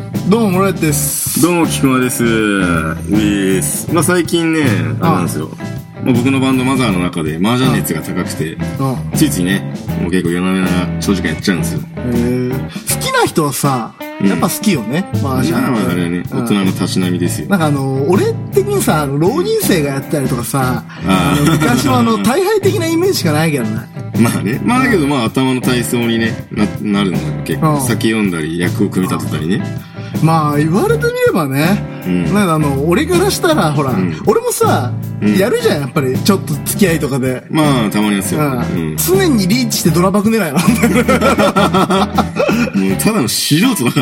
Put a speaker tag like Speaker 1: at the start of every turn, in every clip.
Speaker 1: ライトです。
Speaker 2: どうも、菊間です。です。まあ、最近ね、あれなんですよ。まあ、僕のバンドマザーの中で、麻雀熱が高くて、
Speaker 1: あ
Speaker 2: ついついね、もう結構夜な夜な長時間やっちゃうんですよ。
Speaker 1: へー好きな人はさ、
Speaker 2: うん
Speaker 1: やっぱ好きよね。まあ、
Speaker 2: じゃあ、あれはね、
Speaker 1: うん
Speaker 2: 大人のたしなみですよ。
Speaker 1: なんかあの、俺的にさ、あの浪人生がやったりとかさ、あ
Speaker 2: あー
Speaker 1: の昔はあの、大敗的なイメージしかないけどね。
Speaker 2: まあね、まあだけど、まあ頭の体操にね、な、なるのが結
Speaker 1: うん
Speaker 2: 構、酒読んだり、役を組み立てたりね。
Speaker 1: まあ、言われてみればね、
Speaker 2: うん
Speaker 1: なんかあの、俺からしたら、ほら、
Speaker 2: ん
Speaker 1: 俺もさ、
Speaker 2: ん
Speaker 1: やるじゃん、やっぱり、ちょっと付き合いとかで。
Speaker 2: まあ、たまにですよ。
Speaker 1: うん
Speaker 2: うん。
Speaker 1: 常にリーチしてドラバク狙いなんだよ。
Speaker 2: もうただの素人 だか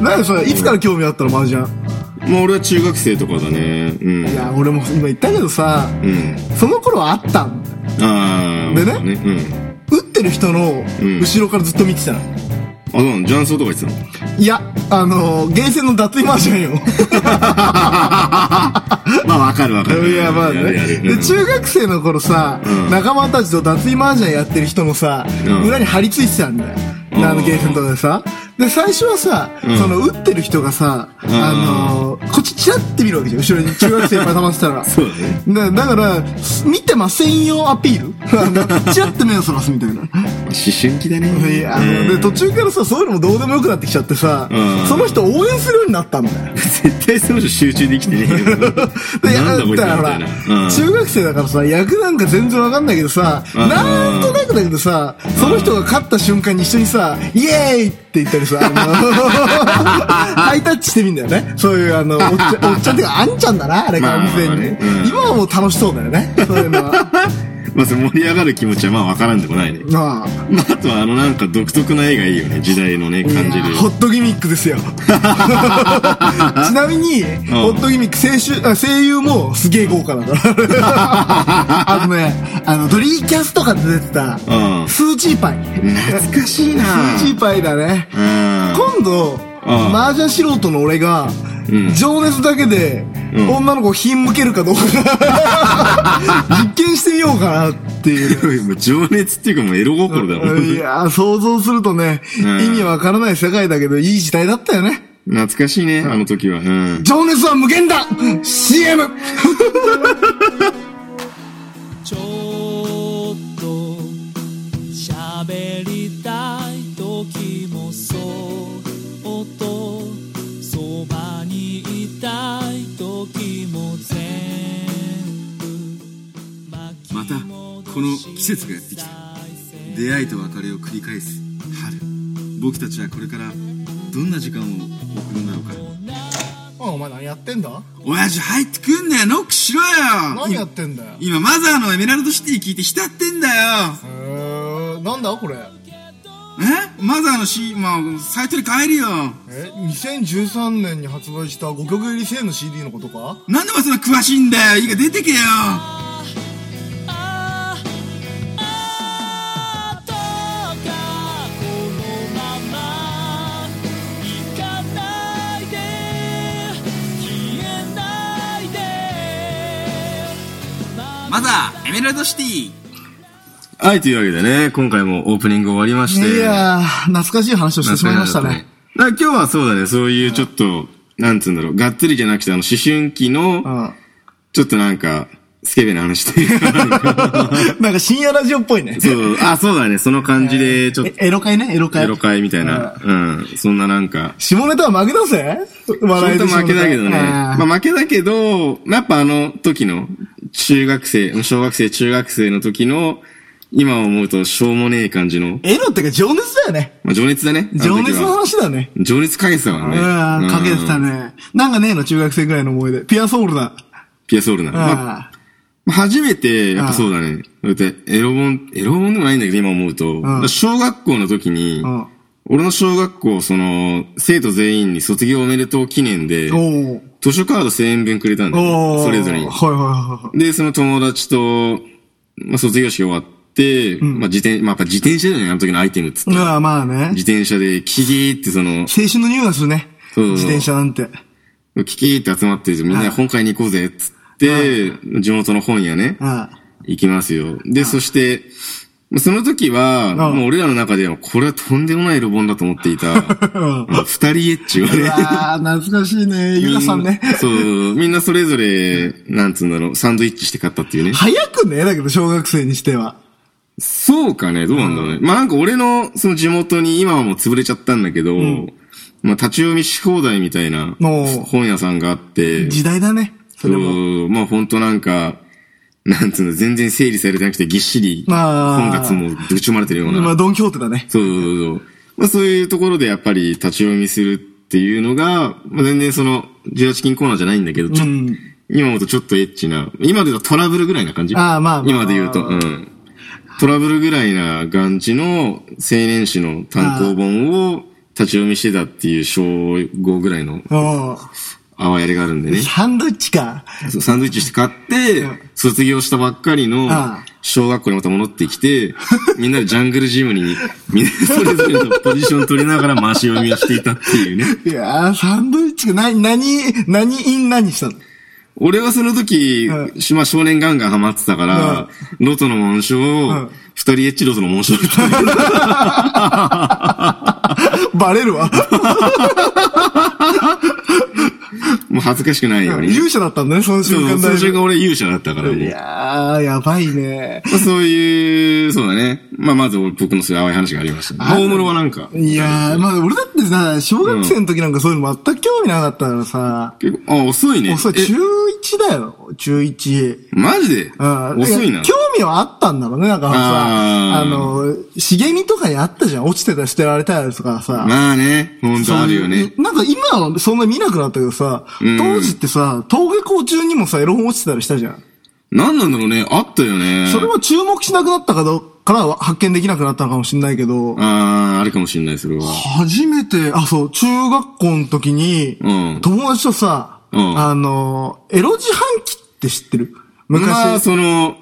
Speaker 2: ら。
Speaker 1: なんでそれ、いつから興味あったの、マージャン。
Speaker 2: まあ俺は中学生とかだね。うん。
Speaker 1: いや、俺も今言ったけどさ、
Speaker 2: うん。
Speaker 1: その頃はあったんだよ
Speaker 2: ああ。
Speaker 1: でね
Speaker 2: まあうん。
Speaker 1: 打ってる人の
Speaker 2: うん
Speaker 1: 後ろからずっと見てたの。
Speaker 2: あ、そうなのジャンソーとか言ってたの
Speaker 1: いや、あのー、ゲーセンの脱衣マージャンよ。
Speaker 2: まあ、わかるわかる。
Speaker 1: いや、まあね。
Speaker 2: やるやる
Speaker 1: で、中学生の頃さ、
Speaker 2: うん
Speaker 1: 仲間たちと脱衣マージャンやってる人のさ、
Speaker 2: うん
Speaker 1: 裏に張り付いてたんだよ。
Speaker 2: うん
Speaker 1: あのゲーセンとかでさ。で、最初はさ、
Speaker 2: ん
Speaker 1: その、打ってる人がさ、
Speaker 2: ん
Speaker 1: あのー、こっちチラって見るわけじゃん。後ろに中学生いっぱい溜まってたら。
Speaker 2: そうだね。
Speaker 1: だだから、見てませんよアピール あのチラって目をそらすみたいな。
Speaker 2: まあ思春期だ ね。
Speaker 1: いや、あので、途中からさ、そういうのもどうでもよくなってきちゃってさ、
Speaker 2: うん
Speaker 1: その人応援するようになったん だよ。
Speaker 2: 絶対その人集中できてねえよ。
Speaker 1: で、やだ
Speaker 2: なんだこいつ
Speaker 1: から
Speaker 2: み
Speaker 1: ほ
Speaker 2: た
Speaker 1: ら
Speaker 2: いな。うん、
Speaker 1: 中学生だからさ、役なんか全然わかんないけどさ、
Speaker 2: うん
Speaker 1: なんとなくだけどさ、その人が勝った瞬間に一緒にさ、イエーイって言ったりさ、 あのハイタッチしてみんだよね。そういう、あの、おっち ゃん、おっちゃんっていうか、あんちゃんだな、あれか
Speaker 2: まあ
Speaker 1: ら、
Speaker 2: まあまあ
Speaker 1: 店にね
Speaker 2: ねう。ん
Speaker 1: 今はもう楽しそうだよね、そういうのは。
Speaker 2: まあ、その盛り上がる気持ちはまあ、わからんでもないね。
Speaker 1: まあ、
Speaker 2: まあ、あとはあのなんか独特な絵がいいよね。時代のね、感じる。
Speaker 1: ホットギミックですよ。 ちなみに、ホットギミック声優あ、声優もすげえ豪華 だから。あとね、あの、ドリーキャスとかで出てた、
Speaker 2: うん。
Speaker 1: スーチーパイ。
Speaker 2: 懐かしいな
Speaker 1: スーチーパイだね。
Speaker 2: うん。
Speaker 1: 今度、
Speaker 2: うん
Speaker 1: マージャン素人の俺が、
Speaker 2: うん
Speaker 1: 情熱だけで、
Speaker 2: うん
Speaker 1: 女の子をひんむけるかどう か、実験してみようかなっていう。
Speaker 2: もう 情熱っていうかもうエロ心だも
Speaker 1: い
Speaker 2: ん。
Speaker 1: やー、想像するとね、
Speaker 2: うん
Speaker 1: 意味わからない世界だけど、いい時代だったよね。
Speaker 2: 懐かしいね、あの時は。うん。
Speaker 1: 情熱は無限だ !CM!
Speaker 3: ちょっと喋りたい時もそっとそばにいたい時も全部
Speaker 4: またこの季節がやってきた出会いと別れを繰り返す春僕たちはこれからどんな時間を送るんだろうか
Speaker 1: お前何やってんだ
Speaker 4: 親父入ってくんなよノックしろよ
Speaker 1: 何やってんだよ。
Speaker 4: 今今マザーのエメラルドシティ聞いて浸ってんだよ
Speaker 1: えー、なんだこれ。
Speaker 4: えマザーのシーンもサイトで買えるよ
Speaker 1: え、2013年に発売した5曲入り1000の CD のことか
Speaker 4: なんでもそんな詳しいんだよいいから出てけよ
Speaker 3: ああどうかこのまま行かないで消えないで
Speaker 4: マザーエメラルドシティ
Speaker 2: はい、というわけでね、今回もオープニング終わりまして。
Speaker 1: いやー、懐かしい話をしてしまいましたね。
Speaker 2: だから今日はそうだね、そういうちょっと、なんつうんだろう、がっつりじゃなくて、あの、思春期
Speaker 1: う
Speaker 2: の、
Speaker 1: ん。
Speaker 2: ちょっとなんか、スケベな話というか、
Speaker 1: なんか深夜ラジオっぽいね。
Speaker 2: そう、あ、そうだね、その感じで、ちょっと
Speaker 1: え、エロ会ね、エロ会。
Speaker 2: エロ会みたいな、うん、そんななんか、
Speaker 1: 下ネタは負けだぜ笑え
Speaker 2: ちょ
Speaker 1: て
Speaker 2: っと負けだけどね。まあ
Speaker 1: あ
Speaker 2: 負けだけど、やっぱあの時の、中学生、小学生、中学生の時の、今思うとしょうもねえ感じの、
Speaker 1: エロってか情熱だよね。
Speaker 2: まあ情熱だね。あの時は
Speaker 1: 情熱の話だね。
Speaker 2: 情熱かけてたから
Speaker 1: う
Speaker 2: ね。
Speaker 1: ん、かけてた
Speaker 2: うん。
Speaker 1: ね。なんかねえの、中学生ぐらいの思い出。ピアソウルだ。
Speaker 2: ピアソールな。
Speaker 1: うん。
Speaker 2: まあ初めて、やっぱそうだね。だって、エロ本、エロ本でもないんだけど、今思うと。小学校の時に、
Speaker 1: うん。
Speaker 2: 俺の小学校、その、生徒全員に卒業おめでとう記念で、
Speaker 1: おー。
Speaker 2: 図書カード1000円分くれたんだ
Speaker 1: お
Speaker 2: よ。
Speaker 1: ー。
Speaker 2: それぞれに
Speaker 1: はい。はいはいはい。
Speaker 2: で、その友達と、まあ、卒業式終わって、まあ、自転、まあ、やっぱ自転車だよね、あの時のアイテムっつって。
Speaker 1: まあまあね。
Speaker 2: 自転車で、キキーってその、
Speaker 1: 青春の匂いがするね。
Speaker 2: そう
Speaker 1: 自転車なんて。
Speaker 2: キキーって集まって、みんなで本会に行こうぜ、っつって、地元の本屋ね、
Speaker 1: うん。
Speaker 2: 行きますよ。で、そして、その時は、
Speaker 1: うん
Speaker 2: もう俺らの中では、これはとんでもないロボンだと思って いた、
Speaker 1: うん。
Speaker 2: 二人エッチをね。
Speaker 1: ああ、懐かしいね。ゆかさんね。
Speaker 2: みなそう、みんなそれぞれ、なんつうんだろう、サンドイッチして買ったっていうね。
Speaker 1: 早くね、だけど小学生にしては。
Speaker 2: そうかね、どうなんだろうね。まあなんか俺の、その地元に今はもう潰れちゃったんだけど、まあ立ち読みし放題みたいな
Speaker 1: おう
Speaker 2: 本屋さんがあって、
Speaker 1: 時代だね。それも。
Speaker 2: そうまあ本当なんか、なんつうの、全然整理されてなくてぎっしり、
Speaker 1: まあ
Speaker 2: 本がつもうぶち込まれてるような。
Speaker 1: まあ、ドンキホーテだね。
Speaker 2: そうそうそう。まあそういうところでやっぱり立ち読みするっていうのが、まあ全然その、ジュラチキンコーナーじゃないんだけど、ちょっと、
Speaker 1: うん
Speaker 2: 今思うとちょっとエッチな、今で言うとトラブルぐらいな感じ
Speaker 1: ああまあまあ
Speaker 2: 今で言うと、うん。トラブルぐらいな感じの青年誌の単行本を立ち読みしてたっていう小5ぐらいの
Speaker 1: おう
Speaker 2: あわやりがあるん でね。
Speaker 1: サンドイッチか。
Speaker 2: そうサンドイッチして買って
Speaker 1: うん、
Speaker 2: 卒業したばっかりの
Speaker 1: ああ、
Speaker 2: 小学校にまた戻ってき て、みんなでジャングルジムに、みんなそれぞれのポジション取りながら回し読みをしていたっていうね。
Speaker 1: いやー、サンドイッチが、な、何、何イン何したの
Speaker 2: 俺はその時、
Speaker 1: う
Speaker 2: しまあ少年ガンガンハマってたから、ロトの紋章
Speaker 1: ん
Speaker 2: を、二人エッチロトの紋章み たいな
Speaker 1: バレるわ。
Speaker 2: もう恥ずかしくないようにね。
Speaker 1: 勇者だったんだね、その
Speaker 2: そ
Speaker 1: 瞬
Speaker 2: う、
Speaker 1: 間
Speaker 2: その
Speaker 1: 大
Speaker 2: 瞬
Speaker 1: 丈
Speaker 2: 間俺勇者だったから
Speaker 1: 夫。い
Speaker 2: ね。
Speaker 1: やー、やばいね。
Speaker 2: まあそういう、そうだね。まあまず俺僕のそういう淡い話がありましたね。大室はなんか、
Speaker 1: いやー、まあ俺だってさ、小学生の時なんかそういうの全く興味なかったからさ、
Speaker 2: 結構、あ、遅いね。
Speaker 1: 遅い、
Speaker 2: え
Speaker 1: 中1だよ、中1。
Speaker 2: マジで
Speaker 1: うん
Speaker 2: 遅い
Speaker 1: や
Speaker 2: な。
Speaker 1: 興味はあったんだろうね、なんかさ、あ
Speaker 2: あー
Speaker 1: の、茂みとかにあったじゃん、落ちてたり捨てられたりとかさ。
Speaker 2: まあね、ほんとあるよね。
Speaker 1: そうなんか今はそんな見なくなったけどさ、
Speaker 2: うん
Speaker 1: 当時ってさ、登下校中にもさ、エロ本落ちてたりしたじゃん。
Speaker 2: なんなんだろうね、あったよね。
Speaker 1: それも注目しなくなったかど、からは発見できなくなったのかもしれないけど、
Speaker 2: ああ、あるかもしんない、それは。
Speaker 1: 初めて、あ、そう、中学校の時に、
Speaker 2: うん
Speaker 1: 友達とさ、
Speaker 2: うん
Speaker 1: あの、エロ自販機って知ってる昔、
Speaker 2: まあ、その、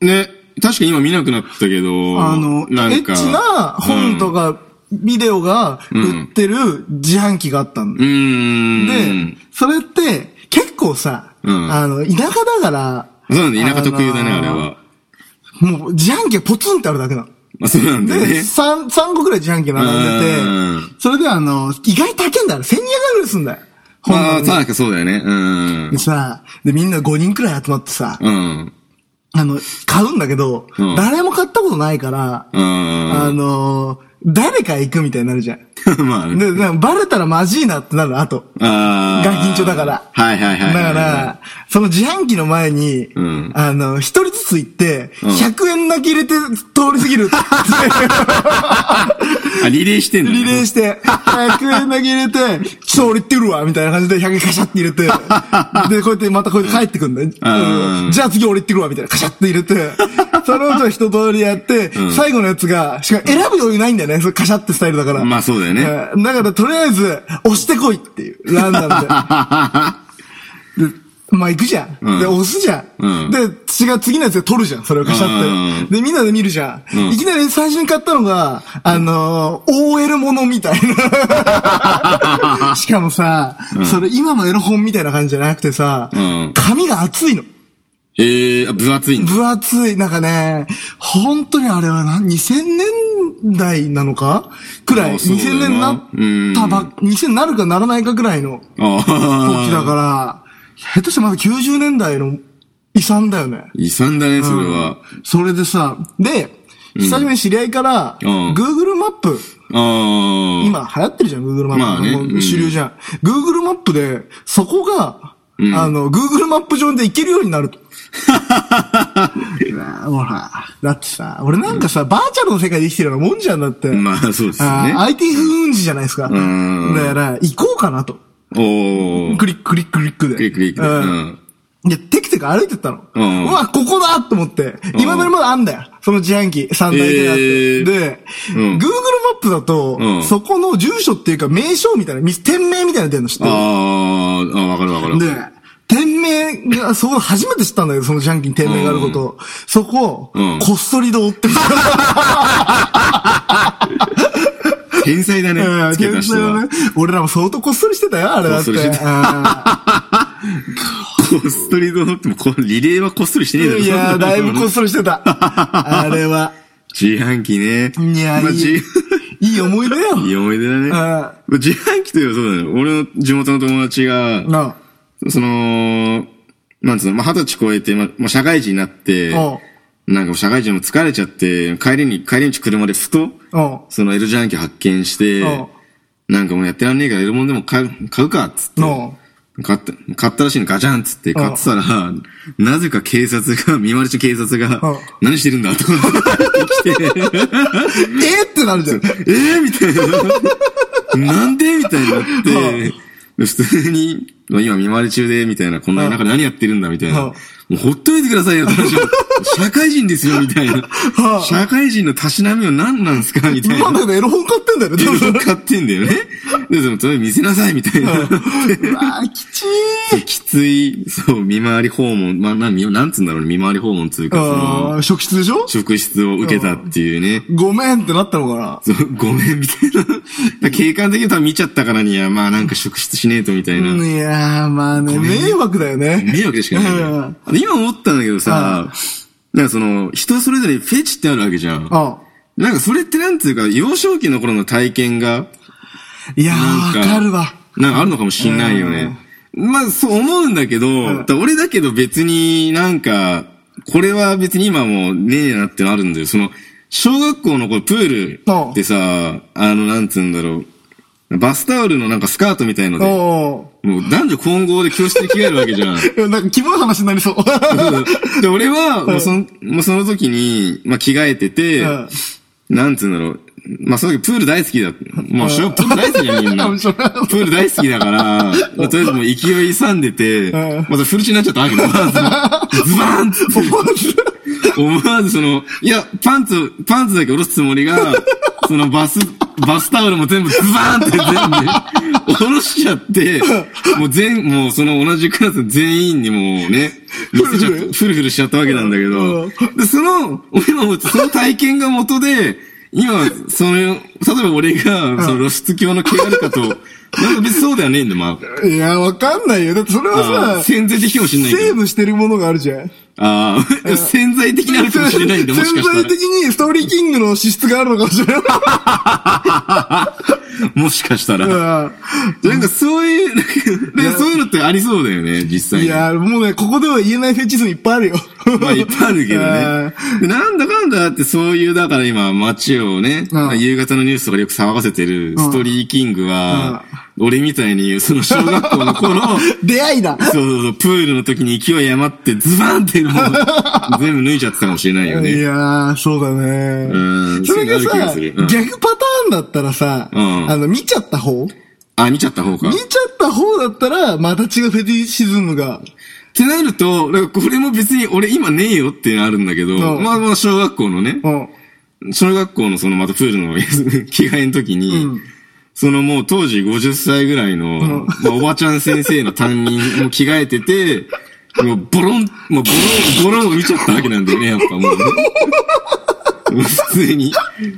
Speaker 2: ね、確かに今見なくなったけど、
Speaker 1: あの、
Speaker 2: な
Speaker 1: エ
Speaker 2: ん
Speaker 1: ッ
Speaker 2: か
Speaker 1: チな本とか、ビデオが売ってる自販機があったん
Speaker 2: う
Speaker 1: だ、
Speaker 2: ん。うーん
Speaker 1: で、それって、結構さ、
Speaker 2: うん
Speaker 1: あの、田舎だから、
Speaker 2: そうなんだ、田舎特有だね、
Speaker 1: あ
Speaker 2: あ
Speaker 1: のー
Speaker 2: れは。
Speaker 1: もう自販機がポツンってあるだけなの。
Speaker 2: まあ、そうなんだよ
Speaker 1: で、
Speaker 2: ね。
Speaker 1: 三三個くらい自販機並んでて
Speaker 2: うん、
Speaker 1: それであの、意外と高いんだよ。1200円くらいすんだよ。ほん
Speaker 2: ま
Speaker 1: の
Speaker 2: あ、
Speaker 1: に
Speaker 2: 確かそうだよね。うん
Speaker 1: で。さ、で、みんな5人くらい集まってさ、
Speaker 2: うん。
Speaker 1: あの、買うんだけど
Speaker 2: うん、
Speaker 1: 誰も買ったことないから、
Speaker 2: う
Speaker 1: あ
Speaker 2: ん。
Speaker 1: のー、誰か行くみたいになるじゃん。
Speaker 2: まあ、
Speaker 1: で、なんかバレたらまずいなってなる、あと。
Speaker 2: あ
Speaker 1: が
Speaker 2: あ。
Speaker 1: 緊張だから。
Speaker 2: はいはいはいはい。
Speaker 1: だから、その自販機の前に、
Speaker 2: ん
Speaker 1: あの、一人ずつ行って、
Speaker 2: うん
Speaker 1: 100円だけ入れて通り過ぎ る。
Speaker 2: あ、リレーしてんだね
Speaker 1: リレーして、100円だけ入れて、ちょっと俺行ってくるわ、みたいな感じで100円カシャって入れて、で、こうやってまたこうやって帰ってくんだよ。
Speaker 2: うん
Speaker 1: うんじゃあ次俺行ってくるわ、みたいな。カシャって入れて、その後一通りやって、最後のやつが、しかも選ぶ余裕ないんだよね。それカシャってスタイルだから。
Speaker 2: まあそうだよね
Speaker 1: うんだからとりあえず、押してこいっていう、ランダムで。 まあ行くじゃん。
Speaker 2: うん
Speaker 1: で、押すじゃん。
Speaker 2: うん
Speaker 1: で、違う、次のやつで取るじゃん。それをカシャって。で、みんなで見るじゃん。
Speaker 2: うん
Speaker 1: いきなり最初に買ったのが、あのー、OL ものみたいな。しかもさ、それ今のエロ本みたいな感じじゃなくてさ、
Speaker 2: うん
Speaker 1: 紙が厚いの。
Speaker 2: ええ、あ分厚いんだ。
Speaker 1: 分厚い。なんかね、本当にあれはな、2000年代なのかくらい。
Speaker 2: あそうだよ
Speaker 1: 2000
Speaker 2: な
Speaker 1: 年になったばっ、2000なるかならないかくらいの。
Speaker 2: あ
Speaker 1: 時だ
Speaker 2: あ。
Speaker 1: から、下手してまだ90年代の遺産だよね。
Speaker 2: 遺産だね、それは。
Speaker 1: それでさ、で、久しぶりに知り合いから、
Speaker 2: うん
Speaker 1: Google マップ、
Speaker 2: ああ。
Speaker 1: 今流行ってるじゃん、Google マップ。
Speaker 2: まあね
Speaker 1: もう
Speaker 2: うん
Speaker 1: 主流じゃん。Google マップで、そこが、あの、Google マップ上で行けるようにな ると。うわほら、だってさ、俺なんかさ、バーチャルの世界で生きてるようなもんじゃんだって。
Speaker 2: まあ、そうですよ
Speaker 1: あ
Speaker 2: ね
Speaker 1: ー。IT 風雲児じゃないですか。だ
Speaker 2: ん
Speaker 1: から、行こうかなと。
Speaker 2: おー。
Speaker 1: クリック、クリック、クリックで。
Speaker 2: クリッククリックで。
Speaker 1: う。
Speaker 2: うんん。
Speaker 1: で、テクテク歩いてったの。う
Speaker 2: うん
Speaker 1: わ、ここだと思って。今までまだあんだよ。その自販機、3台であって。
Speaker 2: えー
Speaker 1: で、
Speaker 2: うん
Speaker 1: Google マップだと、
Speaker 2: うん
Speaker 1: そこの住所っていうか名称みたいな、み店名みたいなの出るの知ってる
Speaker 2: あーあ、わかるわかる。
Speaker 1: で、店名が、そこ初めて知ったんだけど、その自販機に店名があることを。そこを、
Speaker 2: うん
Speaker 1: こっそりで追ってみた。
Speaker 2: 天才だ
Speaker 1: うん
Speaker 2: ね、 つけた人は。
Speaker 1: 現在はね俺らも相当こっそりしてたよ、あれだって。
Speaker 2: こっそ
Speaker 1: う
Speaker 2: りして
Speaker 1: ん
Speaker 2: こっそりどうっても、このリレーはこっそりしてねえだろ。
Speaker 1: いやー、だいぶこっ
Speaker 2: そ
Speaker 1: そりしてた。あれは。
Speaker 2: 自販機ね。
Speaker 1: いや、
Speaker 2: まあ、
Speaker 1: いい
Speaker 2: 自、
Speaker 1: いい思い出よ。
Speaker 2: いい思い出だね。
Speaker 1: あ
Speaker 2: まあ自販機といえばそうだね。俺の地元の友達が、
Speaker 1: な
Speaker 2: その、なんつうの、まあ、二十歳超えて、まあ、もう社会人になって、
Speaker 1: お
Speaker 2: なんか社会人も疲れちゃって、帰りに、帰り道車でふと、
Speaker 1: あ、お
Speaker 2: その L 自販機発見して
Speaker 1: お、
Speaker 2: なんかもうやってらんねえから L もんでも買う、買うか、つって。
Speaker 1: の、
Speaker 2: 買った、買ったらしいのガチャンっつって買ってたら、なぜか警察が、見回りし警察が
Speaker 1: うん、
Speaker 2: 何してるんだと か言ってきて、
Speaker 1: えーってなるじゃん。
Speaker 2: えー、みたいな。なんでみたいになって、普通に、今見回り中で、みたいな、こんな中で何やってるんだ、みたいな。
Speaker 1: うん
Speaker 2: もうほっといてくだ さいよ、って話を社会人ですよ、みたいな。
Speaker 1: あ
Speaker 2: 社会人のたしなみは何なんですかみたい
Speaker 1: 今
Speaker 2: な。
Speaker 1: だけどエロ本買ってんだよね、多分。
Speaker 2: 買ってんだよね。で、その、それ見せなさい、みたいな。
Speaker 1: うわーきち
Speaker 2: きつい、そう、見回り訪問、まあ、なん、見なんつうんだろうね、見回り訪問つう
Speaker 1: ー。
Speaker 2: か、そ
Speaker 1: あ
Speaker 2: の、
Speaker 1: あ、職質でしょ
Speaker 2: 職質を受けたっていうね。
Speaker 1: ごめんってなったのかな。
Speaker 2: そう、ごめん、みたいな。だから警官的には多分見ちゃったからには、まあなんか職質しねえと、みたいな。
Speaker 1: いやー、まあね、迷惑だよね。
Speaker 2: 迷惑でしかないね
Speaker 1: うん。
Speaker 2: あと今思ったんだけどさ、なんかその、人それぞれフェチってあるわけじゃん。
Speaker 1: あ
Speaker 2: なんかそれってなんつうか、幼少期の頃の体験が、
Speaker 1: いや
Speaker 2: なん
Speaker 1: ー、
Speaker 2: か
Speaker 1: わかるわ。
Speaker 2: なんかあるのかもしんないよね。まあそう思うんだけど、だから俺だけど別になんか、これは別に今もうねえなってのあるんだよ。その、小学校の頃プールでさ、あのなんつうんだろう、バスタオルのなんかスカートみたいので、
Speaker 1: おー
Speaker 2: もう男女混合で教室で着替えるわけじ ゃん。
Speaker 1: いやなんか、キモい話になりそう。
Speaker 2: で、俺は、もうその、もうその時に、まあ、着替 えてて、
Speaker 1: うん
Speaker 2: なんつうんだろう。まあ、その時プール大好きだ。もう、しょプール大好きじゃん、 みんな。
Speaker 1: 面白い
Speaker 2: プール大好きだから、まあとりあえずもう勢い勇んでて、
Speaker 1: うん
Speaker 2: またフルチになっちゃったわけだ。ズバーンっつって
Speaker 1: 思わず
Speaker 2: 思わずその、いや、パンツ、パンツだけ下ろすつもり が、そのバス、バスタオルも全部ズバーンって全部下ろしちゃって、もう全、もうその同じクラス全員にもうね、見せちゃっ
Speaker 1: フルフル
Speaker 2: た、フルフルしちゃったわけなんだけ
Speaker 1: う
Speaker 2: ど
Speaker 1: ん、
Speaker 2: で、その、俺の、その体験が元で、今、その、例えば俺が、その露出狂の毛があるかと、なんか別にそうではねえんだよ、ま
Speaker 1: いや、わかんないよ。だってそれ
Speaker 2: あ。
Speaker 1: はさ、
Speaker 2: 潜在的かもしれないけ
Speaker 1: セー
Speaker 2: ど。
Speaker 1: ブしてるものがあるじゃん。
Speaker 2: ああ、潜在的なのかもしれないんだ、もしか
Speaker 1: 潜
Speaker 2: したら
Speaker 1: 在。的にストーリーキングの資質があるのかもしれない。
Speaker 2: もしかしたら。
Speaker 1: う
Speaker 2: なんかそういう、なんかでそういうのってありそうだよね、実
Speaker 1: ん
Speaker 2: 際
Speaker 1: い
Speaker 2: に。
Speaker 1: や、もうね、ここでは言えないフェチズムいっぱいあるよ。
Speaker 2: まあいっぱいあ るけど
Speaker 1: あ
Speaker 2: ね。でなんだかんだってそういう、だから今街をね、
Speaker 1: うん
Speaker 2: 夕方のニュースとかでよく騒がせてるストーリーキングは、俺みたいに、その小学校の 頃、
Speaker 1: 出会いだ。
Speaker 2: そうそうそう、プールの時に勢い余ってズバンって もう全部脱いちゃってたかもしれないよ
Speaker 1: い
Speaker 2: ね。
Speaker 1: やー、そうだ
Speaker 2: う
Speaker 1: ね。
Speaker 2: ん
Speaker 1: それが
Speaker 2: そう
Speaker 1: さ、
Speaker 2: いうのある気
Speaker 1: 逆
Speaker 2: がするうん
Speaker 1: パターンだったらさ、
Speaker 2: うん
Speaker 1: あの、見ちゃった方見ち
Speaker 2: あ、見ちゃった方か。
Speaker 1: ゃ
Speaker 2: っ
Speaker 1: った方だったら、また違うフェティシズムが。
Speaker 2: てなると、なんかこれも別に俺今ねえよっていうのあるんだけど、
Speaker 1: うん
Speaker 2: まあまあ小学校のね、
Speaker 1: うん。
Speaker 2: 小学校のそのまたプールの 着替えの時に、
Speaker 1: うん
Speaker 2: そのもう当時50歳ぐらいの、まあ、おばちゃん先生の担任も着替えてて、もうボロン、もうボロン、ボロンを見ちゃったわけなんだ よね、やっぱもう、ね。もう普通に。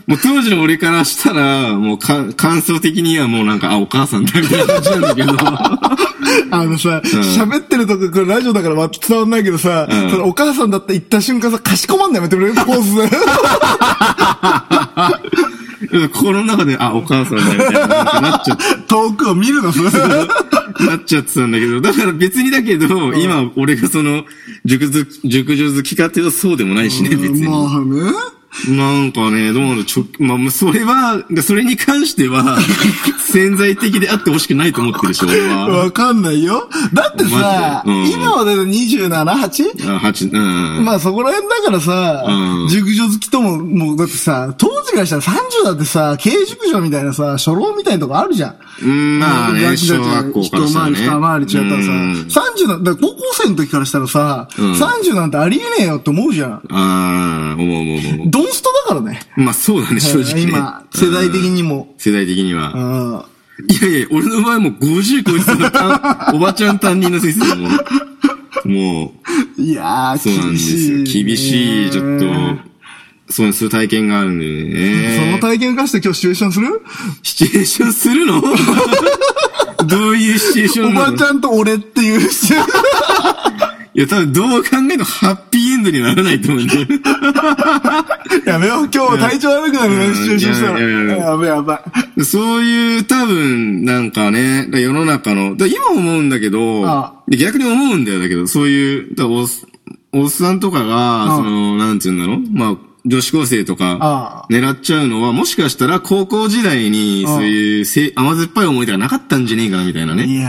Speaker 2: もう当時の俺からしたら、もうか感想的にはもうなんか、あ、お母さんだみたいな感じなんだけど。
Speaker 1: あのさ、喋ってるとこ、これラジオだからま伝わんないけどさ、
Speaker 2: ん
Speaker 1: そのお母さんだって言った瞬間さ、かしこまんないやめてくれるポーズ で。
Speaker 2: この中で、あ、お母さんだみたいな、なんかなっちゃって。
Speaker 1: 遠くを見るな、それ。
Speaker 2: なっちゃってたんだけど、だから別にだけど、今俺がその、熟女、熟女好きかっていうとそうでもないしね、別に。
Speaker 1: まあね。
Speaker 2: なんかね、どうなの、ちょ、まあもう、それは、それに関し ては、潜在的であってほしくないと思ってるし、俺は。
Speaker 1: わかんないよ。だってさ、
Speaker 2: マジでうん
Speaker 1: 今はだって 27?8?
Speaker 2: あ、八、うん。
Speaker 1: まあそこら辺だからさ、
Speaker 2: うん
Speaker 1: 熟女好きとも、もうだってさ、当時からしたら30だってさ、軽熟女みたいなさ、初老みたいなとこあるじゃん。
Speaker 2: うんまあね、小学校から
Speaker 1: 一
Speaker 2: したら
Speaker 1: 回り
Speaker 2: ね。
Speaker 1: 二回り違ったら
Speaker 2: うん
Speaker 1: さ、30なんだから高校生の時からしたらさ、
Speaker 2: ん
Speaker 1: 30なんてありえねえよって思うじゃん。
Speaker 2: ああ、思う思う思
Speaker 1: ドンストだからね。
Speaker 2: う。まあそうだね、正直ね。
Speaker 1: 今、世代的
Speaker 2: うん。
Speaker 1: にも。
Speaker 2: 世代的には。
Speaker 1: うん
Speaker 2: いやいや、俺の場合もう50超えてたおばちゃん担任の先生だもん。もう、
Speaker 1: いや
Speaker 2: そう
Speaker 1: ー、
Speaker 2: なんで
Speaker 1: 厳
Speaker 2: すよ
Speaker 1: し。い。
Speaker 2: 厳しい、ちょっと、そうする体験があるんだよね。
Speaker 1: その体験を生かして今日シチュエーションする
Speaker 2: シチュエーションするのどういうシチュエーショ
Speaker 1: お
Speaker 2: ンなの
Speaker 1: ばちゃんと俺っていうシチュエーション。
Speaker 2: いや、多分どう考えてもハッピーエンドにはならないと思うんだよ。
Speaker 1: やめよう、今日体調悪くなる
Speaker 2: う
Speaker 1: ね、
Speaker 2: ん
Speaker 1: シチュエーションしたら。
Speaker 2: いやいやいやいや
Speaker 1: やばいやばい。
Speaker 2: そういう、多分、なんかね、世の中の、だ今思うんだけど
Speaker 1: ああ、
Speaker 2: で逆に思うんだよ、だけど、そういう、だおっ、おっさんとかが、
Speaker 1: ああ
Speaker 2: その、なんつうんだろうまあ、女子高生と
Speaker 1: ああ、
Speaker 2: か狙っちゃうのは、もしかしたら高校時代に、
Speaker 1: ああ
Speaker 2: そういうせ、甘酸っぱい思い出がなかったんじゃねえかな、みたいなね。
Speaker 1: いやー、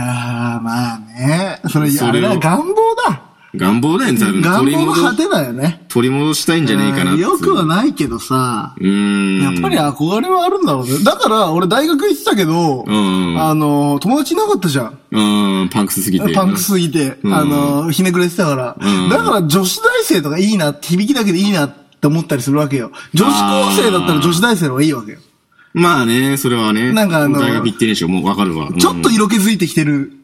Speaker 1: まあね。それ、
Speaker 2: そ
Speaker 1: あれ
Speaker 2: れを
Speaker 1: だ、願望だ。
Speaker 2: 願望だよね、多分。
Speaker 1: 願
Speaker 2: 取り
Speaker 1: 望の
Speaker 2: 戻
Speaker 1: 果、てだよね。
Speaker 2: 取り戻したいんじゃねえかな
Speaker 1: うん
Speaker 2: って。
Speaker 1: よくは
Speaker 2: な。
Speaker 1: ないけどさ、
Speaker 2: うーん。
Speaker 1: やっぱり憧れはあるんだろうね。だから、俺大学行ってたけど、
Speaker 2: うん
Speaker 1: あの、友達いなかったじゃん。
Speaker 2: うん、パンクスすぎて。
Speaker 1: パンクすぎて、
Speaker 2: ん
Speaker 1: あの、ひねくれてたから。
Speaker 2: うん
Speaker 1: だから女子大生とかいいな、響きだけでいいなって思ったりするわけよ。女子高生だったら女子大生の方がいいわけよ。
Speaker 2: まあね、それはね。
Speaker 1: なんかあの
Speaker 2: 大学行ってねえし、もうわかるわ。
Speaker 1: ちょっと色気づいてきてる、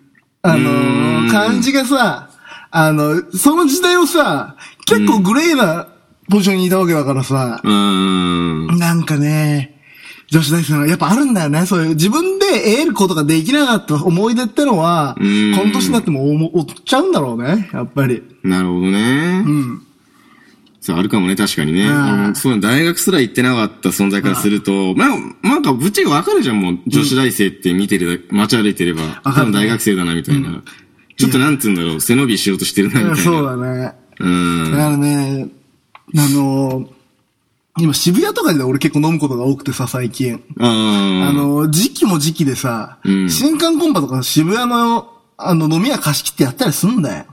Speaker 1: あ
Speaker 2: う
Speaker 1: の
Speaker 2: ん
Speaker 1: ー、感じがさ、あの、その時代をさ、結構グレーなポジションにいたわけだからさ、
Speaker 2: うん。うーん。
Speaker 1: なんかね、女子大生の、やっぱあるんだよね。そういう、自分で得ることができなかった思い出ってのは、こ
Speaker 2: うん
Speaker 1: の年になってもおも追っちゃうんだろうね、やっぱり。
Speaker 2: なるほどね。
Speaker 1: うん。
Speaker 2: そう、あるかもね、確かにね。
Speaker 1: うん
Speaker 2: 俺もそう大学すら行ってなかった存在からすると、まあ、なんかぶっちゃけわかるじゃん、もう。女子大生って見てるだ、街歩いてれば、
Speaker 1: わか
Speaker 2: 多
Speaker 1: るね
Speaker 2: 分大学生だな、みたいな。ちょっとなんつうんだろう、背伸びしようとしてるな、みたいな。
Speaker 1: そうだね。
Speaker 2: うん。
Speaker 1: だからね、あのー今渋谷とかで俺結構飲むことが多くてさ、最近。あ
Speaker 2: あの、
Speaker 1: の、時期も時期でさ、
Speaker 2: うん
Speaker 1: 新刊コンパとか渋谷の、あの、飲み屋貸し切ってやったりすんだよ。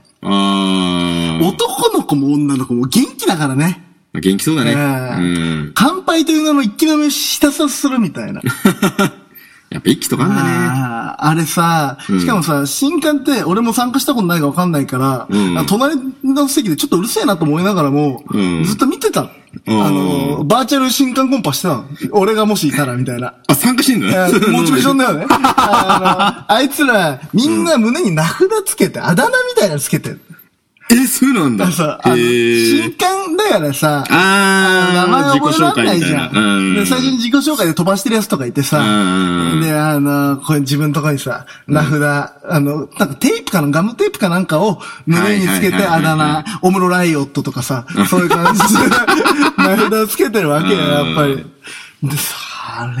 Speaker 2: あー
Speaker 1: 男の子も女の子も元気だからね。
Speaker 2: まあ。元気そうだね。
Speaker 1: え
Speaker 2: う
Speaker 1: え
Speaker 2: ん。
Speaker 1: 乾杯という名の一気飲みをひたすらするみたいな。
Speaker 2: やっぱ一気とかあんだね。
Speaker 1: あーあれさ、
Speaker 2: うん
Speaker 1: しかもさ、新刊って俺も参加したことないかわかんないから、
Speaker 2: うん
Speaker 1: あ隣の席でちょっとうるせえなと思いながらも、
Speaker 2: うん
Speaker 1: ずっと見てたの。
Speaker 2: うん
Speaker 1: あの、バーチャル新刊コンパしてたの。俺がもしいたらみたいな。
Speaker 2: あ、参加してん
Speaker 1: いや
Speaker 2: だ
Speaker 1: モチベーションだよね。あの、あいつら、みんな胸に名札つけて、あだ名みたいなのつけてる。
Speaker 2: え、そうなんだ。
Speaker 1: さ、あの、
Speaker 2: へー
Speaker 1: 新刊だからさ、
Speaker 2: あ
Speaker 1: 名
Speaker 2: ー、
Speaker 1: 前覚えらんない
Speaker 2: 自己
Speaker 1: じ
Speaker 2: 紹
Speaker 1: ゃ。
Speaker 2: 介みたいなんう
Speaker 1: で、
Speaker 2: ん。
Speaker 1: 最初に自己紹介で飛ばしてるやつとかいてさ
Speaker 2: う、ん
Speaker 1: で、あの、これ自分のとこにさ、名札、あの、なんかテープかな、ガムテープかなんかを胸につけて
Speaker 2: はいはいはいは
Speaker 1: あ
Speaker 2: い
Speaker 1: だ名、オムロライオットとかさ、そういう感じで 名札をつけてるわけよ、やっぱり。で、そ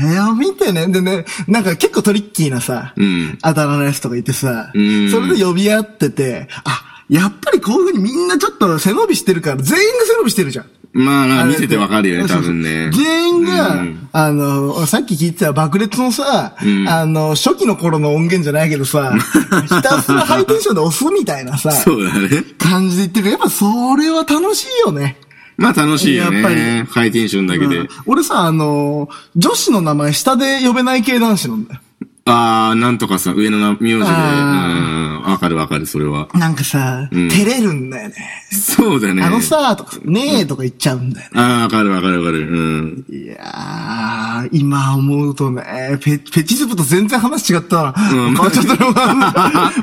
Speaker 1: れを見てね、でね、なんか結構トリッキーなさ、
Speaker 2: うん
Speaker 1: あだ名のやつとかいてさ、
Speaker 2: うん
Speaker 1: それで呼び合ってて、あ、やっぱりこういう風にみんなちょっと背伸びしてるから、全員が背伸びしてるじゃん。
Speaker 2: まあな、
Speaker 1: あれ
Speaker 2: 見ててわかるよね、
Speaker 1: そう
Speaker 2: 多
Speaker 1: そう
Speaker 2: 分ね。
Speaker 1: 全員が、
Speaker 2: うん
Speaker 1: あの、さっき聞いてた爆裂のさ、
Speaker 2: ん
Speaker 1: あの、初期の頃の音源じゃないけど さ、ひたすらハイテンションで押すみたいなさ、
Speaker 2: そうだね。
Speaker 1: 感じで言ってるやっぱそれは楽しいよね。
Speaker 2: まあ楽しいよね。
Speaker 1: やっぱり
Speaker 2: ハイテンションだ
Speaker 1: う
Speaker 2: け
Speaker 1: ん
Speaker 2: で。
Speaker 1: 俺さ、あの、女子の名前下で呼べない系男子なんだよ。
Speaker 2: あー、なんとかさ、上のな名字で。うん、
Speaker 1: あ
Speaker 2: わかるわかる、それは。
Speaker 1: なんかさ、
Speaker 2: うん
Speaker 1: 照れるんだよね。
Speaker 2: そうだね。
Speaker 1: あのさ、とか、ねえとか言っちゃうんだよね。
Speaker 2: あー、わかるわかるわかる。うん。
Speaker 1: いやー、今思うとね、ペ、ペチズムと全然話違ったな。
Speaker 2: うん
Speaker 1: まあちょっと、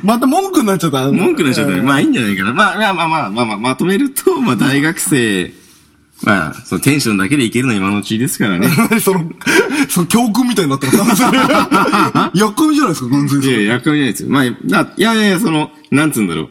Speaker 1: また文句になっちゃった。
Speaker 2: 文句になっちゃったね。まあいいんじゃないかな。まあまあまあまあまあまあ、まとめると、まあ大学生、まあ、そのテンションだけでいけるの今のうちで すからね。
Speaker 1: 何その、その教訓みたいになってます。 やっこみじゃないですか、完全に
Speaker 2: いやいや、役割じゃないですよ。まあ、ないやいやいや、その、なんつうんだろう。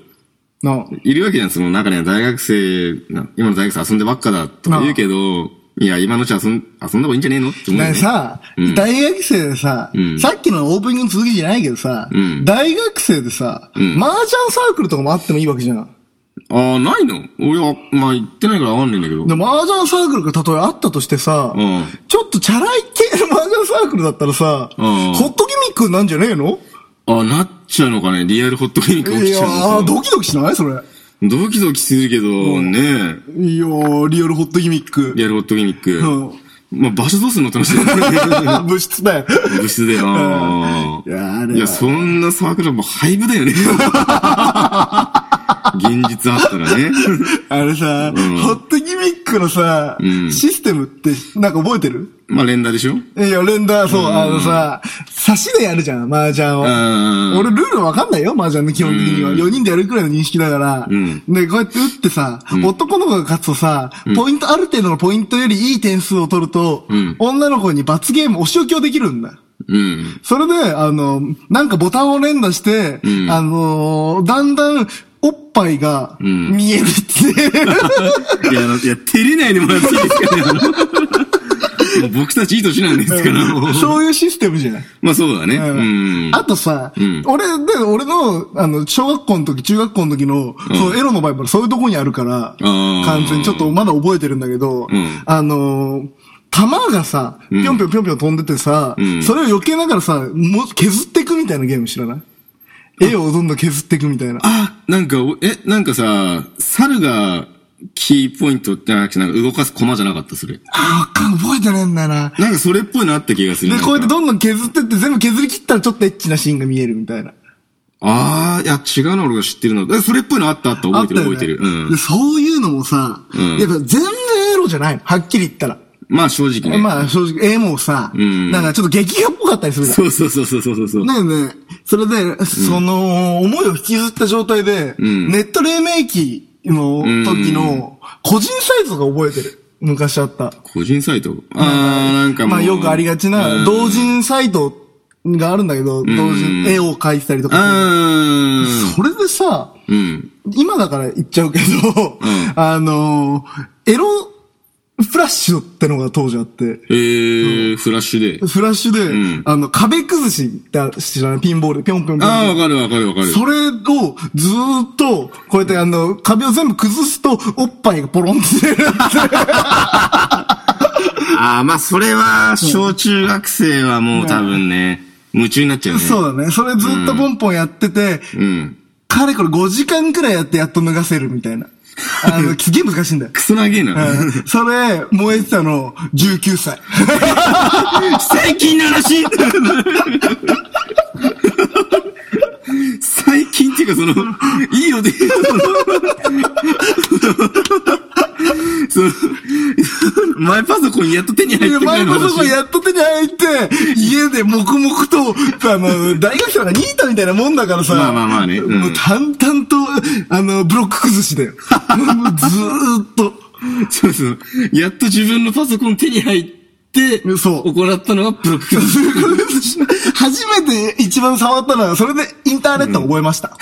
Speaker 1: なあ
Speaker 2: いるわけじゃん、その中には大学生な、今の大学生遊んでばっかだとか言うけど、いや、今のうち遊ん、遊んだ方がいいんじゃねえのって思うよ
Speaker 1: ね
Speaker 2: ね。
Speaker 1: さ、
Speaker 2: うん
Speaker 1: 大学生でさ、
Speaker 2: うん
Speaker 1: さっきのオープニングの続きじゃないけどさ、
Speaker 2: うん
Speaker 1: 大学生でさ、
Speaker 2: ん
Speaker 1: 麻雀サークルとかもあってもいいわけじゃん。
Speaker 2: ああ、ないの俺は、まあ言ってないからわかんないんだけど。
Speaker 1: で、麻雀サークルがたとえあったとしてさ、
Speaker 2: うん
Speaker 1: ちょっとチャラい系の麻雀サークルだったらさ、
Speaker 2: うん
Speaker 1: ホットギミックなんじゃねえの
Speaker 2: ああ、なっちゃうのかね。リアルホットクリニック起
Speaker 1: い
Speaker 2: きち
Speaker 1: や
Speaker 2: ゃ
Speaker 1: ー、
Speaker 2: うのか
Speaker 1: ドキドキしないそれ。いや
Speaker 2: ドキドキするけど、ねえ。
Speaker 1: ー、リアルホットギミック。
Speaker 2: リアルホットクリニック。
Speaker 1: うん
Speaker 2: まあ場所どうすんのって話 だよね。
Speaker 1: 物質だよ。
Speaker 2: 部室で、ああ。
Speaker 1: いやーあれ
Speaker 2: いや、そんなサークルはもう廃部だ よね。現実あったらね。
Speaker 1: あれさ、
Speaker 2: ん
Speaker 1: ホットギミックのさ、
Speaker 2: ん
Speaker 1: システムって、なんか覚えてる
Speaker 2: まあ連打でしょ
Speaker 1: いや、連打、そう、あのさ、差しでやるじゃん、麻雀を。
Speaker 2: ん
Speaker 1: 俺、ルールわかんないよ、麻雀の基本的には。
Speaker 2: うん
Speaker 1: 4人でやるくらいの認識だから。
Speaker 2: うん
Speaker 1: で、こうやって打ってさ、男の子が勝つとさ、ポイント、ある程度のポイントよりいい点数を取ると、
Speaker 2: うん
Speaker 1: 女の子に罰ゲーム、お仕置きをできるんだ。
Speaker 2: うん。
Speaker 1: それで、あの、なんかボタンを連打して、
Speaker 2: うん
Speaker 1: あのーだんだん、おっぱいが
Speaker 2: ん
Speaker 1: 見えるって。
Speaker 2: いや、あのいや、照れないでもらっていいですかね、 あのもう僕たちいい年なんですから、もう
Speaker 1: そういうシステムじゃない。
Speaker 2: まあそうだね。
Speaker 1: う
Speaker 2: うんん。
Speaker 1: あとさ、
Speaker 2: ん
Speaker 1: 俺、で、俺の、あの、小学校の時、中学校の時の、そのエロのバイブル、そういうとこにあるから、
Speaker 2: ー
Speaker 1: 完全に、ちょっとまだ覚えてるんだけど、
Speaker 2: ん
Speaker 1: あのー弾がさ、ぴょんぴょんぴょんぴょん飛んでてさ、
Speaker 2: ん
Speaker 1: それを避けながらさ、も削っていくみたいなゲーム知らない絵をどんどん削っていくみたいな。
Speaker 2: あ、なんか、おえ、なんかさ、猿がキーポイントってなくて、なんか動かす駒じゃなかった、それ。
Speaker 1: あ、わかん、覚えてねえんだよな。
Speaker 2: なんかそれっぽいのあった気がする。
Speaker 1: で、
Speaker 2: なんか
Speaker 1: こうやってどんどん削ってって、全部削り切ったらちょっとエッチなシーンが見えるみたいな。
Speaker 2: ああ、いや、違うな、俺が知ってるの。えそれっぽいのあったあった、覚えてる、
Speaker 1: あっ
Speaker 2: 覚え
Speaker 1: た
Speaker 2: て
Speaker 1: よね
Speaker 2: る。う
Speaker 1: で
Speaker 2: ん。
Speaker 1: そういうのもさ、
Speaker 2: ん
Speaker 1: やっぱ全然エロじゃないの。はっきり言ったら。
Speaker 2: まあ正直ね。
Speaker 1: まあ正直、絵もさ、
Speaker 2: ん
Speaker 1: なんかちょっと劇画っぽかったりするじゃん
Speaker 2: そうそうそうそうそうそう。
Speaker 1: だよね。それで、その、思いを引きずった状態で、
Speaker 2: ん
Speaker 1: ネット黎明期の時の、個人サイトが覚えてる。昔あった。
Speaker 2: 個人サイトああ、なんかもう
Speaker 1: まあよくありがちな、同。人サイトがあるんだけど、同人、絵を描いてたりと
Speaker 2: うん
Speaker 1: か。
Speaker 2: あー。
Speaker 1: それでさ、
Speaker 2: うん。
Speaker 1: 今だから言っちゃうけど、
Speaker 2: ん
Speaker 1: あのーエロフラッシュってのが当時あって、
Speaker 2: えー、フラッシュで。
Speaker 1: フラッシュで、
Speaker 2: ん
Speaker 1: あの、壁崩しって知らないピンボールでピョンピョンピョンピョン。
Speaker 2: ああ、わかるわかるわかる。
Speaker 1: それをずーっと、こうやってあの、壁を全部崩すと、おっぱいがポロンって出る
Speaker 2: ああ、まあそれは、小中学生はもう多分ね、夢中になっちゃうね。う。
Speaker 1: そうだね。それずっとポンポンやってて、
Speaker 2: うん。
Speaker 1: かれこれ5時間くらいやってやっと脱がせるみたいな。あの、すげえ難しいん だよ。
Speaker 2: クソなげえな。
Speaker 1: うんそれ、燃えてたの、19歳。
Speaker 2: 最近の話最近っていうかそ の、いいよね。その、その、マイパソコンやっと手に入ってく
Speaker 1: 前
Speaker 2: る
Speaker 1: のとこ
Speaker 2: 話。
Speaker 1: やっと手に入って、家で黙々と、あの、大学生がニートみたいなもんだからさ、
Speaker 2: まあまあまあねうん
Speaker 1: もう淡々と、あの、ブロック崩しだ よ。もうずーっと。
Speaker 2: そうそう。やっと自分のパソコン手に入って、
Speaker 1: そう
Speaker 2: 行ったのがブロック。
Speaker 1: 初めて一番触ったのは、それでインターネットを覚えました。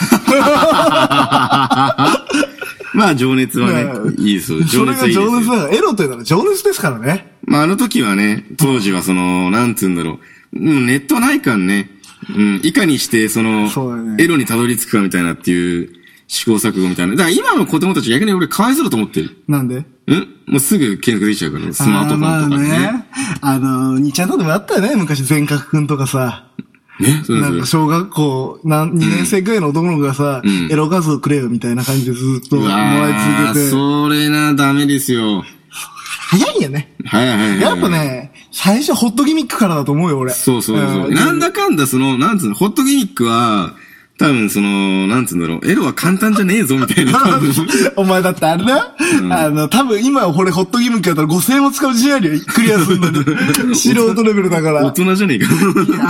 Speaker 2: まあ情熱は
Speaker 1: まあ
Speaker 2: ね、いいですよ。
Speaker 1: そ
Speaker 2: 情
Speaker 1: れ
Speaker 2: 熱
Speaker 1: が
Speaker 2: はいいです
Speaker 1: 情熱
Speaker 2: よ。
Speaker 1: だから、エロというのは情熱ですからね。
Speaker 2: まああの時はね、当時はその、なんつうんだろう。うんネットないからね。うん、いかにして、その、
Speaker 1: そうだね
Speaker 2: エロにたどり着くかみたいなっていう試行錯誤みたいな。だから今の子供たち逆に俺かわいそうだと思ってる。
Speaker 1: なんで
Speaker 2: んもうすぐ検索できちゃうから、スマートフォンとか
Speaker 1: あー
Speaker 2: で
Speaker 1: まあ
Speaker 2: ね。
Speaker 1: ね。あの、二ちゃんとでもあったよね、昔、全角くんとかさ。
Speaker 2: ね、そう
Speaker 1: なん
Speaker 2: で
Speaker 1: か
Speaker 2: すよ。
Speaker 1: 小学校、なん、2年生くらいの男の子がさ、エロ画像くれよみたいな感じでずっと
Speaker 2: う
Speaker 1: もら
Speaker 2: わ
Speaker 1: い
Speaker 2: ー
Speaker 1: 続けて。
Speaker 2: それな、ダメですよ。
Speaker 1: 早いよね。
Speaker 2: はいはいはいはい。
Speaker 1: やっぱね、最初ホットギミックからだと思うよ、俺。
Speaker 2: そうそうそう。
Speaker 1: ん
Speaker 2: なんだかんだ、その、なんつうの、ホットギミックは、多分その、なんつうんだろう、エロは簡単じゃねえぞ、みたい な。多分
Speaker 1: お前だってあれだ、あの、多分今俺ホットギミックやったら5000円も使う自信あるよ。クリアするの に。素人レベルだから。
Speaker 2: 大人じゃねえか。
Speaker 1: いや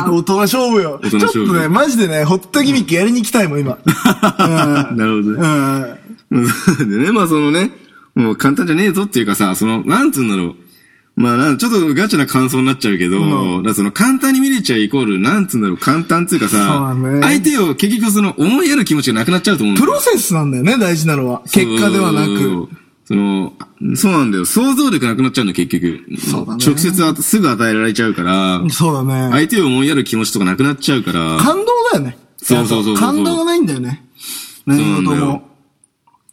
Speaker 1: ー大人勝負よ。
Speaker 2: 大人勝
Speaker 1: ち
Speaker 2: 負
Speaker 1: ょっとね、マジでね、ホットギミックやりに行きたいもん、 今。うん
Speaker 2: なるほど
Speaker 1: う
Speaker 2: ね。
Speaker 1: ん。
Speaker 2: でね、まあそのね、もう簡単じゃねえぞっていうかさ、その、なんつうんだろう。まあなん、ちょっとガチな感想になっちゃうけど、だからその簡単に見れちゃうイコール、なんつうんだろう、簡単っていうかさ、
Speaker 1: そうだね
Speaker 2: 相手を結局その、思いやる気持ちがなくなっちゃうと思うんだ
Speaker 1: プ
Speaker 2: よ
Speaker 1: ロセスなんだよね、大事なのは。結果ではなく。
Speaker 2: その、そうなんだよ。想像力なくなっちゃうんだよ、結局。
Speaker 1: そうだね
Speaker 2: 直接あすぐ与えられちゃうから、
Speaker 1: そうだね。
Speaker 2: 相手を思いやる気持ちとかなくなっちゃうから、
Speaker 1: 感動だよね。
Speaker 2: そうそうそうそう
Speaker 1: 感動がないんだよね。何事
Speaker 2: そうなんだ
Speaker 1: も
Speaker 2: よ。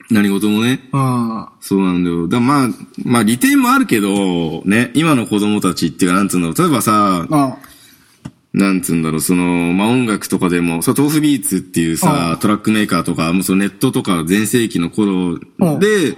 Speaker 2: 何事もね。
Speaker 1: うん。
Speaker 2: そうなんだよ。だまあ、まあ利点もあるけど、ね、今の子供たちっていうか、なんつうんだろう。例えばさ、
Speaker 1: あ
Speaker 2: なんつうんだろう、その、まあ音楽とかでも、そう、豆腐ビーツっていうさ、トラックメーカーとか、もうそのネットとか全盛期の頃
Speaker 1: うん
Speaker 2: で、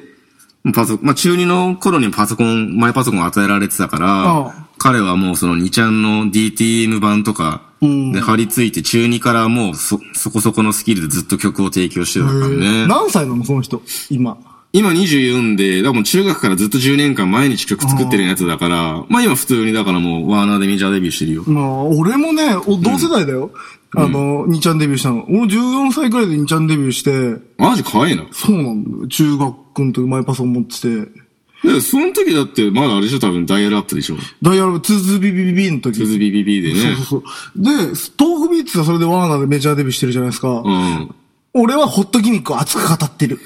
Speaker 2: パソコン、まあ中二の頃にパソコン、マイパソコン与えられてた
Speaker 1: うん
Speaker 2: から、彼はもうその2ちゃんの DTM 版とか、
Speaker 1: うん
Speaker 2: で、張り付いて中2からもうそ、そこそこのスキルでずっと曲を提供してたからね。
Speaker 1: 何歳なの、その人。今。
Speaker 2: 今24で、だからもう中学からずっと10年間毎日曲作ってるやつだから、まあ今普通にだからもうワーナーでメジャーデビューしてるよ。
Speaker 1: まあ、俺もね、お同世代だよ。あの、2ちゃんデビューしたの。俺14歳くらいで2ちゃんデビューして、
Speaker 2: マジ可愛いな。だ
Speaker 1: そうなんだよ。中学の時マイパソン持ってて、
Speaker 2: ってその時だってまだあれでしょ多分ダイヤルアップでしょ
Speaker 1: ダイヤル 22BBB の時。
Speaker 2: ズビビビでね。
Speaker 1: そうそうそう。で、東北ビーツはそれでワーナーでメジャーデビューしてるじゃないですか。
Speaker 2: うん。
Speaker 1: 俺はホットギミックを熱く語ってる。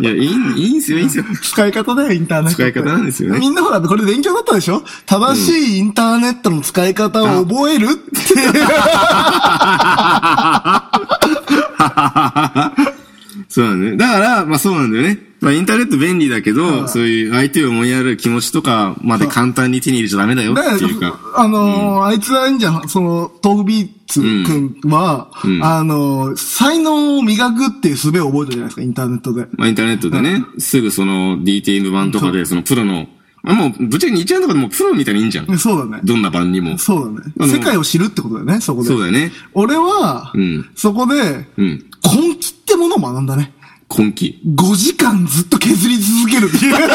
Speaker 2: いや、いい、いいんすよ、いいんすよ。
Speaker 1: 使い方だよ、インターネット。
Speaker 2: 使い方なんですよね
Speaker 1: みんなほら、これ勉強だったでしょ正しいインターネットの使い方を覚えるって。
Speaker 2: そうなんだね。だから、まあそうなんだよね。まあインターネット便利だけど、そういう相手を思いやる気持ちとかまで簡単に手に入れちゃダメだよ
Speaker 1: だ
Speaker 2: っていう
Speaker 1: か
Speaker 2: か。
Speaker 1: ら、あのーあいつはいいんじゃん。その、トービーツくんは、あのー才能を磨くっていう術を覚えたじゃないですか、インターネットで。
Speaker 2: まあインターネットでね、すぐその DTM 版とかで、そのプロの、あもうぶっちゃけ日ちゃんとかでもプロみたいにいいんじゃん。
Speaker 1: そうだね。
Speaker 2: どんな版にも。
Speaker 1: そう
Speaker 2: あ
Speaker 1: だ
Speaker 2: の
Speaker 1: ね。世界を知るってことだよね、そこで。
Speaker 2: そうだよね。
Speaker 1: 俺は、
Speaker 2: ん
Speaker 1: そこで、
Speaker 2: うん。
Speaker 1: 根気ってものを学んだね。
Speaker 2: 根気。
Speaker 1: 5時間ずっと削り続 けるっていう。
Speaker 2: いや、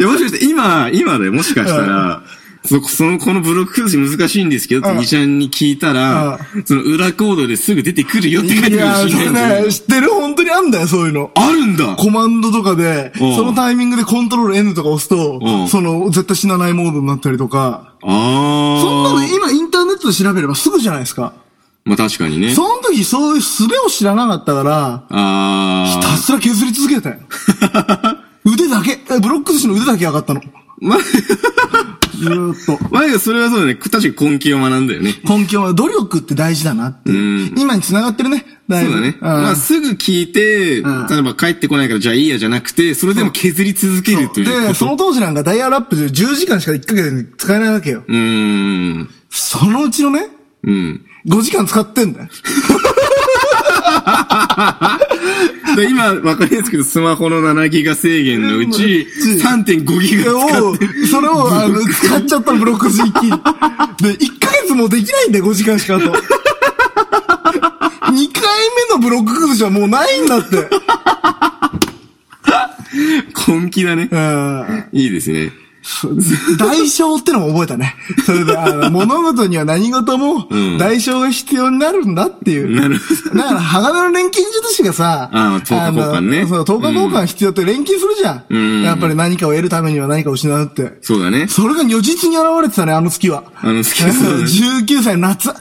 Speaker 2: もしかして今、今だよ、もしかしたら、そ、その、このブロック崩し難しいんですけどって、
Speaker 1: うん
Speaker 2: ニちゃんに聞いたら、その裏コードですぐ出てくるよって書いて
Speaker 1: い
Speaker 2: くる
Speaker 1: や
Speaker 2: しれない
Speaker 1: ー、ね、知ってる本当にあんだよ、そういうの。
Speaker 2: あるんだ
Speaker 1: コマンドとかで、
Speaker 2: うん
Speaker 1: そのタイミングでコントロール N とか押すと、
Speaker 2: うん
Speaker 1: その、絶対死なないモードになったりとか。
Speaker 2: ああ。
Speaker 1: そんなの今インターネットで調べればすぐじゃないですか。
Speaker 2: まあ確かにね。
Speaker 1: その時そういう術を知らなかったから、
Speaker 2: あ
Speaker 1: ひ
Speaker 2: あ。
Speaker 1: たすら削り続けたよ。腕だけ、えブロック寿司の腕だけ上がったの。
Speaker 2: まあ、
Speaker 1: ずーっと。
Speaker 2: まあ、それはそうだね。確かに根気を学んだよね。
Speaker 1: 根拠は努力って大事だなっていう。今に繋がってるね。だい
Speaker 2: そう
Speaker 1: ぶ
Speaker 2: だね。
Speaker 1: ん
Speaker 2: まあ、すぐ聞いて、
Speaker 1: ん
Speaker 2: 例えば帰ってこないからじゃあいいやじゃなくて、それでも削り続けるという
Speaker 1: で、
Speaker 2: こ
Speaker 1: その
Speaker 2: と。
Speaker 1: 当時なんかダイヤルアップで10時間しか1ヶ月に使えないわけよ。
Speaker 2: うーん。
Speaker 1: そのうちのね、
Speaker 2: うん。
Speaker 1: 5時間使ってんだよ。
Speaker 2: で今、わかりやすくスマホの7ギガ制限のうち、3.5ギガ使
Speaker 1: を
Speaker 2: ってる。、
Speaker 1: それを、あの、使っちゃったのブロック時 期。で、1ヶ月もできないんだよ、5時間しかあと。2回目のブロック崩しはもうないんだって。
Speaker 2: 根気だね。
Speaker 1: うん。
Speaker 2: いいですね。
Speaker 1: 代償ってのも覚えたね。それで、あの、物事には何事も
Speaker 2: うん、
Speaker 1: 代償が必要になるんだっていう。
Speaker 2: なるほ
Speaker 1: だから、鋼の錬金術師がさ、
Speaker 2: ああ等価交換ね
Speaker 1: あのそう、等価交換必要って錬金するじゃん。
Speaker 2: うん
Speaker 1: やっぱり何かを得るためには何かを失うって。
Speaker 2: そうだね。
Speaker 1: それが如実に現れてたね、あの月は。
Speaker 2: あの、好きそう だね。
Speaker 1: 19歳の 夏。
Speaker 2: そ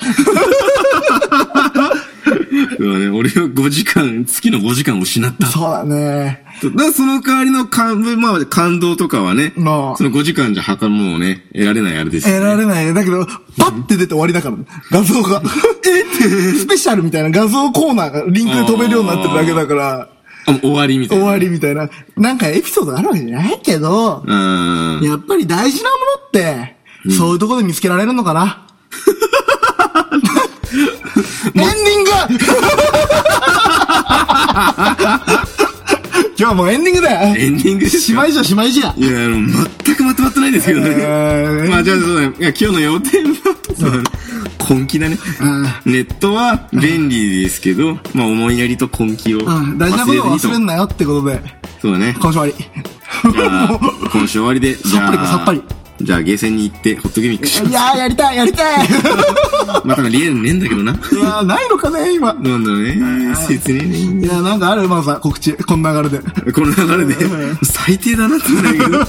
Speaker 2: うだね。俺は5時間、月の5時間を失った。
Speaker 1: そうだね。
Speaker 2: だからその代わりの感、まあ、感動とかはね、
Speaker 1: まあ
Speaker 2: その5時間じゃはかもうね、得られないあれですよ
Speaker 1: 得
Speaker 2: ね。
Speaker 1: られないね。だけど、パッて出て終わりだから、ね、画像が。 えスペシャルみたいな画像コーナーがリンクで飛べるようになってるだけだから、
Speaker 2: あもう終わりみたい
Speaker 1: 終
Speaker 2: な。
Speaker 1: わりみたいな。なんかエピソードあるわけじゃないけど、
Speaker 2: うん。
Speaker 1: やっぱり大事なものって、そういうとこで見つけられるのか な。エンディング 今日もうエンディングだよ。
Speaker 2: エンディングです
Speaker 1: し
Speaker 2: よ
Speaker 1: まいじゃしまいじゃ。
Speaker 2: いや、あの全くまとまってないですけどね。
Speaker 1: えー
Speaker 2: まあ、じゃあそうだね。いや、今日の要点は、そうだね根気だね。ネットは便利ですけど、まあ、思いやりと根気を
Speaker 1: うん、
Speaker 2: 忘れ
Speaker 1: 大事な
Speaker 2: ず
Speaker 1: こ
Speaker 2: に
Speaker 1: と
Speaker 2: と。
Speaker 1: を忘れんなよってことで、
Speaker 2: そうだね。
Speaker 1: 今週終わり。
Speaker 2: じゃ あ、今週終わりで、じゃあ、
Speaker 1: さっぱりかさ
Speaker 2: じゃあ、ゲーセンに行って、ホットゲミックし
Speaker 1: いやー、やりたい、やりたい
Speaker 2: まあ、多分リアルねえんだけどな。
Speaker 1: いやー、ないのかね、今。
Speaker 2: なんだろうね。切ねえね。
Speaker 1: いやー、なんかあるまさん、告知。こんな流れで。
Speaker 2: この流れで、最低だなって思う んだけど。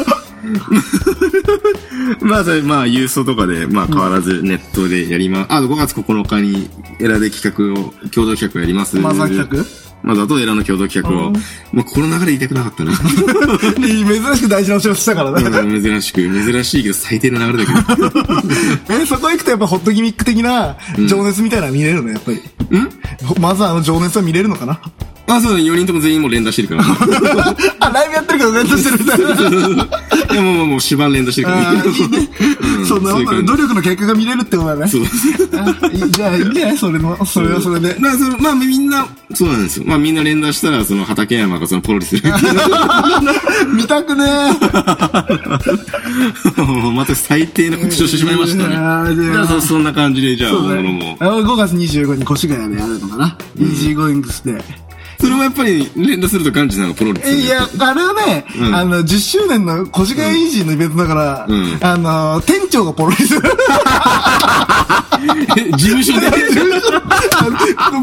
Speaker 2: まあ、それ、まあ、郵送とかで、まあ、変わらずネットでやります。あと5月9日に、エラで企画を、共同企画をやります。
Speaker 1: まさ企画
Speaker 2: まずあとエラの共同企画を。まあ、この流れ言いたくなかったな。
Speaker 1: 珍しく大事なお知らせしたからね。
Speaker 2: うん珍しく、珍しいけど最低な流れだ けど。
Speaker 1: え、そこ行くとやっぱホットギミック的な情熱みたいなの見れるの、やっぱり。んマザーの情熱は見れるのかな
Speaker 2: あ、そうだ、4人とも全員もう連打して るから。
Speaker 1: あ、ライブやってるけど連打してるみたい な。
Speaker 2: いや、もうもう、もう、芝連打してるから。
Speaker 1: あーいいね
Speaker 2: ん
Speaker 1: そんな
Speaker 2: そういう
Speaker 1: ことで
Speaker 2: 感じ
Speaker 1: 努力の結果が見れるってことだね。
Speaker 2: そう
Speaker 1: あいいじゃあ、いいんじゃないそれも。それはそれで。
Speaker 2: まあ、その、まあ、みんな、そうなんですよ。まあ、みんな連打したら、その、畠山がその、ポロリする。
Speaker 1: 見たくねー。
Speaker 2: もうまた最低な告知をしてしまいましたね。
Speaker 1: いやーいやー
Speaker 2: じゃあそ、そんな感じで、じゃあ、
Speaker 1: そう
Speaker 2: 大
Speaker 1: だ
Speaker 2: 物
Speaker 1: ねあ
Speaker 2: も。。
Speaker 1: の5月25日に越谷でやるのかな。イージーゴイングスで。
Speaker 2: それもやっぱり、連打するとガンジさんがポロリす
Speaker 1: え
Speaker 2: る。
Speaker 1: いや、あれはね、
Speaker 2: うん
Speaker 1: あの、10周年の越谷イージーのイベントだから、
Speaker 2: うん
Speaker 1: あの、店長がポロリする。
Speaker 2: え事務所で。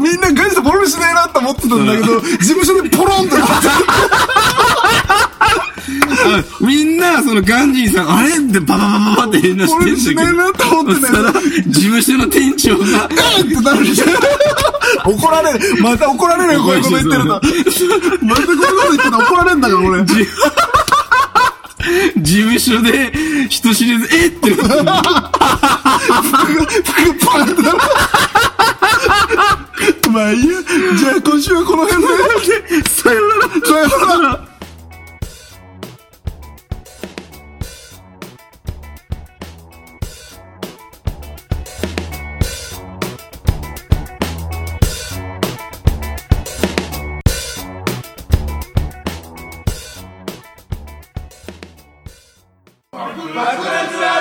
Speaker 1: みんなガジとポロリしないなと思ってたんだけど、事務所でポロンとなって
Speaker 2: あみんな、そそのガンジーさん、あれってバババババって変 なして
Speaker 1: 俺
Speaker 2: ん
Speaker 1: し
Speaker 2: だ
Speaker 1: な
Speaker 2: け
Speaker 1: い
Speaker 2: ど。
Speaker 1: なと思って
Speaker 2: そし
Speaker 1: た
Speaker 2: たら、
Speaker 1: ら、
Speaker 2: 事務所の店長が、
Speaker 1: ってなる じゃん。怒られる。また怒られるよ、こういうこと言ってると。またこういうこと言ってたら怒られるんだから、俺。
Speaker 2: 事務所で人知れず、えってなって
Speaker 1: 服パンってなる。まあいいや。じゃあ今週はこの辺で。さよなら。さよなら。
Speaker 5: 爆裂ラ